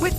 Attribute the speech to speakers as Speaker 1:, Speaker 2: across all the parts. Speaker 1: With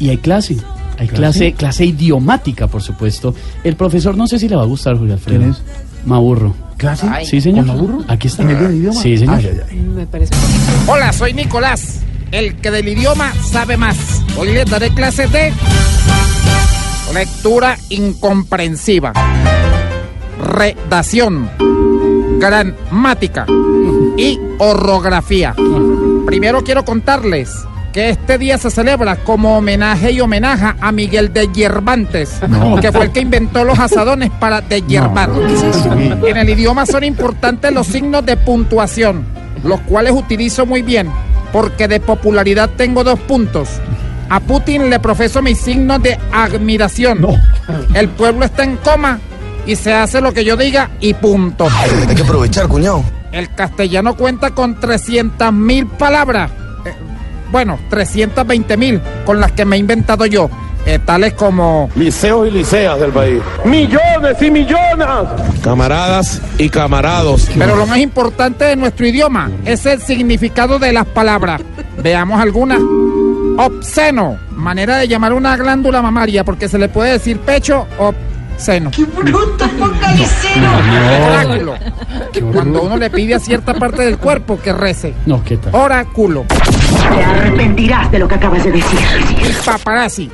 Speaker 2: Y hay clase, hay clase, clase idiomática, por supuesto. El profesor, no sé si le va a gustar, Julio Alfredo.
Speaker 3: ¿Quién es?
Speaker 2: Maburro.
Speaker 3: ¿Clase?
Speaker 2: Sí, señor.
Speaker 3: ¿Con Maburro?
Speaker 2: Aquí está.
Speaker 3: ¿En el día de idioma?
Speaker 2: Sí, señor.
Speaker 3: Ay, ay, ay.
Speaker 4: Hola, soy Nicolás, el que del idioma sabe más. Hoy les daré clases de lectura incomprensiva, redacción, gramática y orografía. Primero quiero contarles que este día se celebra como homenaje y homenaje a Miguel de Yerbantes, que fue el que inventó los asadones para deshiervar. En el idioma son importantes los signos de puntuación, los cuales utilizo muy bien, porque de popularidad tengo dos puntos. A Putin le profeso mis signos de admiración. El pueblo está en coma y se hace lo que yo diga y punto.
Speaker 5: Hay que aprovechar, cuñado.
Speaker 4: El castellano cuenta con 300 mil palabras. Eh, bueno, 320 mil con las que me he inventado yo. Eh, tales como
Speaker 6: liceos y liceas del país. Millones y millones. Camaradas y camarados.
Speaker 4: Pero lo más importante de nuestro idioma es el significado de las palabras. Veamos algunas. Obsceno, manera de llamar una glándula mamaria, porque se le puede decir pecho o seno. Oráculo, cuando uno le pide a cierta parte del cuerpo que rece.
Speaker 2: No, ¿qué tal?
Speaker 4: Oráculo,
Speaker 7: Te arrepentirás de lo que acabas de decir.
Speaker 4: paparazzi,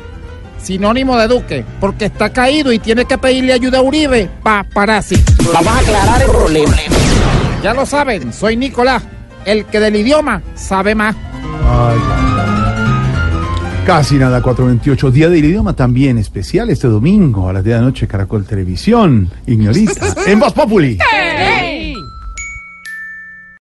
Speaker 4: sinónimo de Duque, porque está caído y tiene que pedirle ayuda a Uribe, paparazzi.
Speaker 6: Vamos a aclarar el problema.
Speaker 4: Ya lo saben, soy Nicolás, el que del idioma sabe más.
Speaker 3: Casi nada, 428. Día del idioma también especial este domingo a las 10 de la noche, Caracol Televisión. Ignorista. en Voz Populi.
Speaker 4: ¡Ey!